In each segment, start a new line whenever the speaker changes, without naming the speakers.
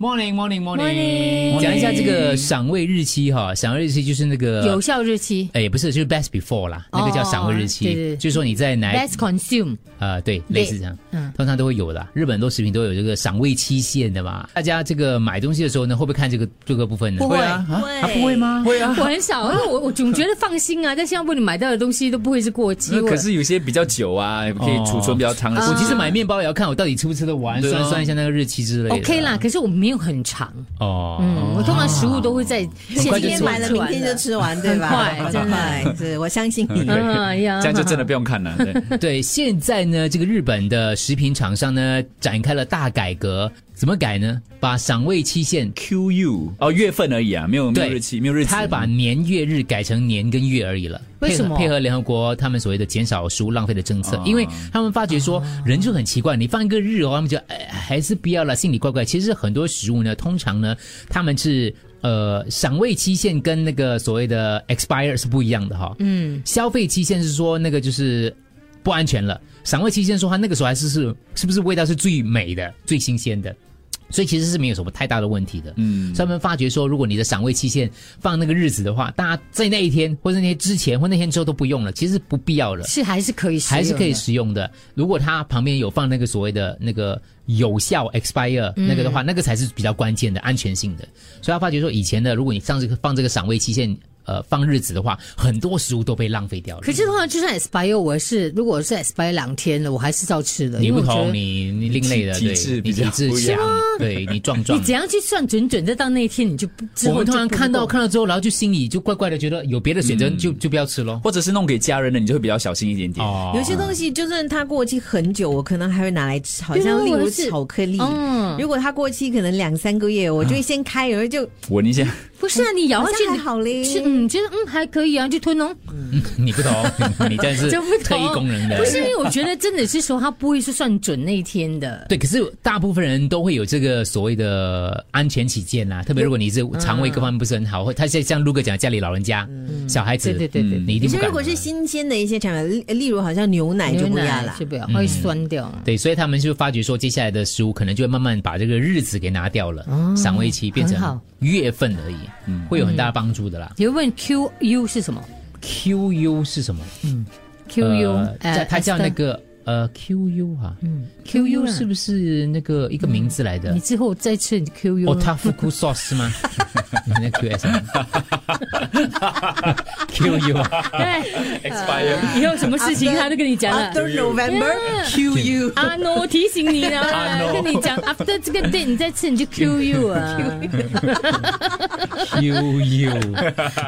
Morning, morning, morning。
Morning
讲一下这个赏味日期哈，赏味日期就是那个
有效日期
哎，不是，就是 best before 啦，那个叫赏味日期，
哦对对对
就是说你在哪
，best consume。
呃，对，类似这样，
嗯
通常都会有的。日本很多食品都有这个赏味期限的嘛。大家这个买东西的时候呢，会不会看这个这个部分呢？
不会
啊，啊
会
啊不会吗？
会啊
我。很少，因为我我总觉得放心啊，在新加坡你买到的东西都不会是过期
那
或
可
者
是有些比较久啊，可以储存比较长的时
啊
我
间。
其实买面包也要看我到底吃不吃得完，
对啊
算算一下那个日期之类的。
OK 啦。可是我没有很长，
哦，
嗯，我通常食物都会在现
快
今
就
天
吃
买
完
了，明天就。吃完，对吧？
很快真的
快，是我相信 你。
啊
嗯呀，
这样就真的不用看了。 对，
对，现在呢，这个日本的食品厂商呢展开了大改革，怎么改呢？把赏味期限
QU 哦，月份而已啊，没有没
对
有日期，没有日期。
他把年月日改成年跟月而已了。
为
配合
什么啊
配合联合国他们所谓的减少食物浪费的政策
哦，
因为他们发觉说人就很奇怪，你放一个日哦，他们就哎还是不要了，心里怪怪。其实很多食物呢，通常呢，他们是。呃，赏味期限跟那个所谓的 expire 是不一样的哈。嗯，消费期限是说那个就是不安全了，赏味期限说它那个时候还是是是不是味道是最美的、最新鲜的，所以其实是没有什么太大的问题的。
嗯，
所以他们发觉说，如果你的赏味期限放那个日子的话，大家在那一天或者那天之前或那天之后都不用了，其实不必要了，
是还是可以食用的，
还是可以食用的。如果它旁边有放那个所谓的那个呃有效 expire
嗯
那个的话，那个才是比较关键的安全性的。所以他发觉说，以前的如果你上这个放这个赏味期限。呃，放日子的话，很多食物都被浪费掉了。
可是通常就算 expire，我是如果是 expire 两天了，我还是照吃的，
你
因为
不
我觉
同，
得
你你另类的，
体
对，
体质
你
比
体
较
质
不一样
强，对你壮 壮
你。怎样去算准准的到那一天你就不之
我
后
们
就
通常
不嗯
看到
够
看到之后，然后就心里就怪怪的，觉得有别的选择就就不要吃喽。
或者是弄给家人的，你就会比较小心一点点。
哦
有些东西就算它过期很久，我可能还会拿来吃，好
对啊
像例
我
如
是
巧克力。
嗯
如果它过期可能两三个月，我就会先开，然后就
闻一下，
不是啊，你咬
好
下去
像还
你
好嘞。
吃，嗯，觉得嗯还可以啊，就吞哦。
你不 懂，你真是
这不
特
同
异功能的。
不是因为我觉得真的是说他不会是算准那一天的。
对，可是大部分人都会有这个所谓的安全起见啦，特别如果你是
嗯
肠胃各方面不是很好，或他像像陆哥讲家里老人家、小孩子，
对对对对
嗯你一
有
定不
些
敢。
如果是新鲜的一些产品，例例如好像牛奶哎就
牛
不要
奶
了
是。不要，会酸掉。
对，所以他们就发觉说，接下来的食物可能就会慢慢把这个日子给拿掉了，赏味期变
哦很
成
好嗯
月份而已，会有很大帮助的啦。
有人问 QU 是什么
呃 QU 是什么？
？QU，
呃叫它叫那。个呃 QU 啊，嗯，QU 是不是那个一个名字来的
你？之后再吃你 QU
哦，
了
他复古 sauce 是吗？你那 QS 吗？QU 啊
对 expire，以后什么事情他都跟你讲了。
After November, Q U。
阿诺提醒你了，
阿诺
跟你讲，after 这个 date 你再吃你就 QU 啊。
，QU，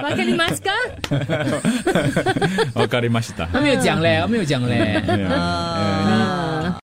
我要跟你 mask，啊
哦我搞你妈是打。
他没有讲嘞，他没有讲嘞。
呃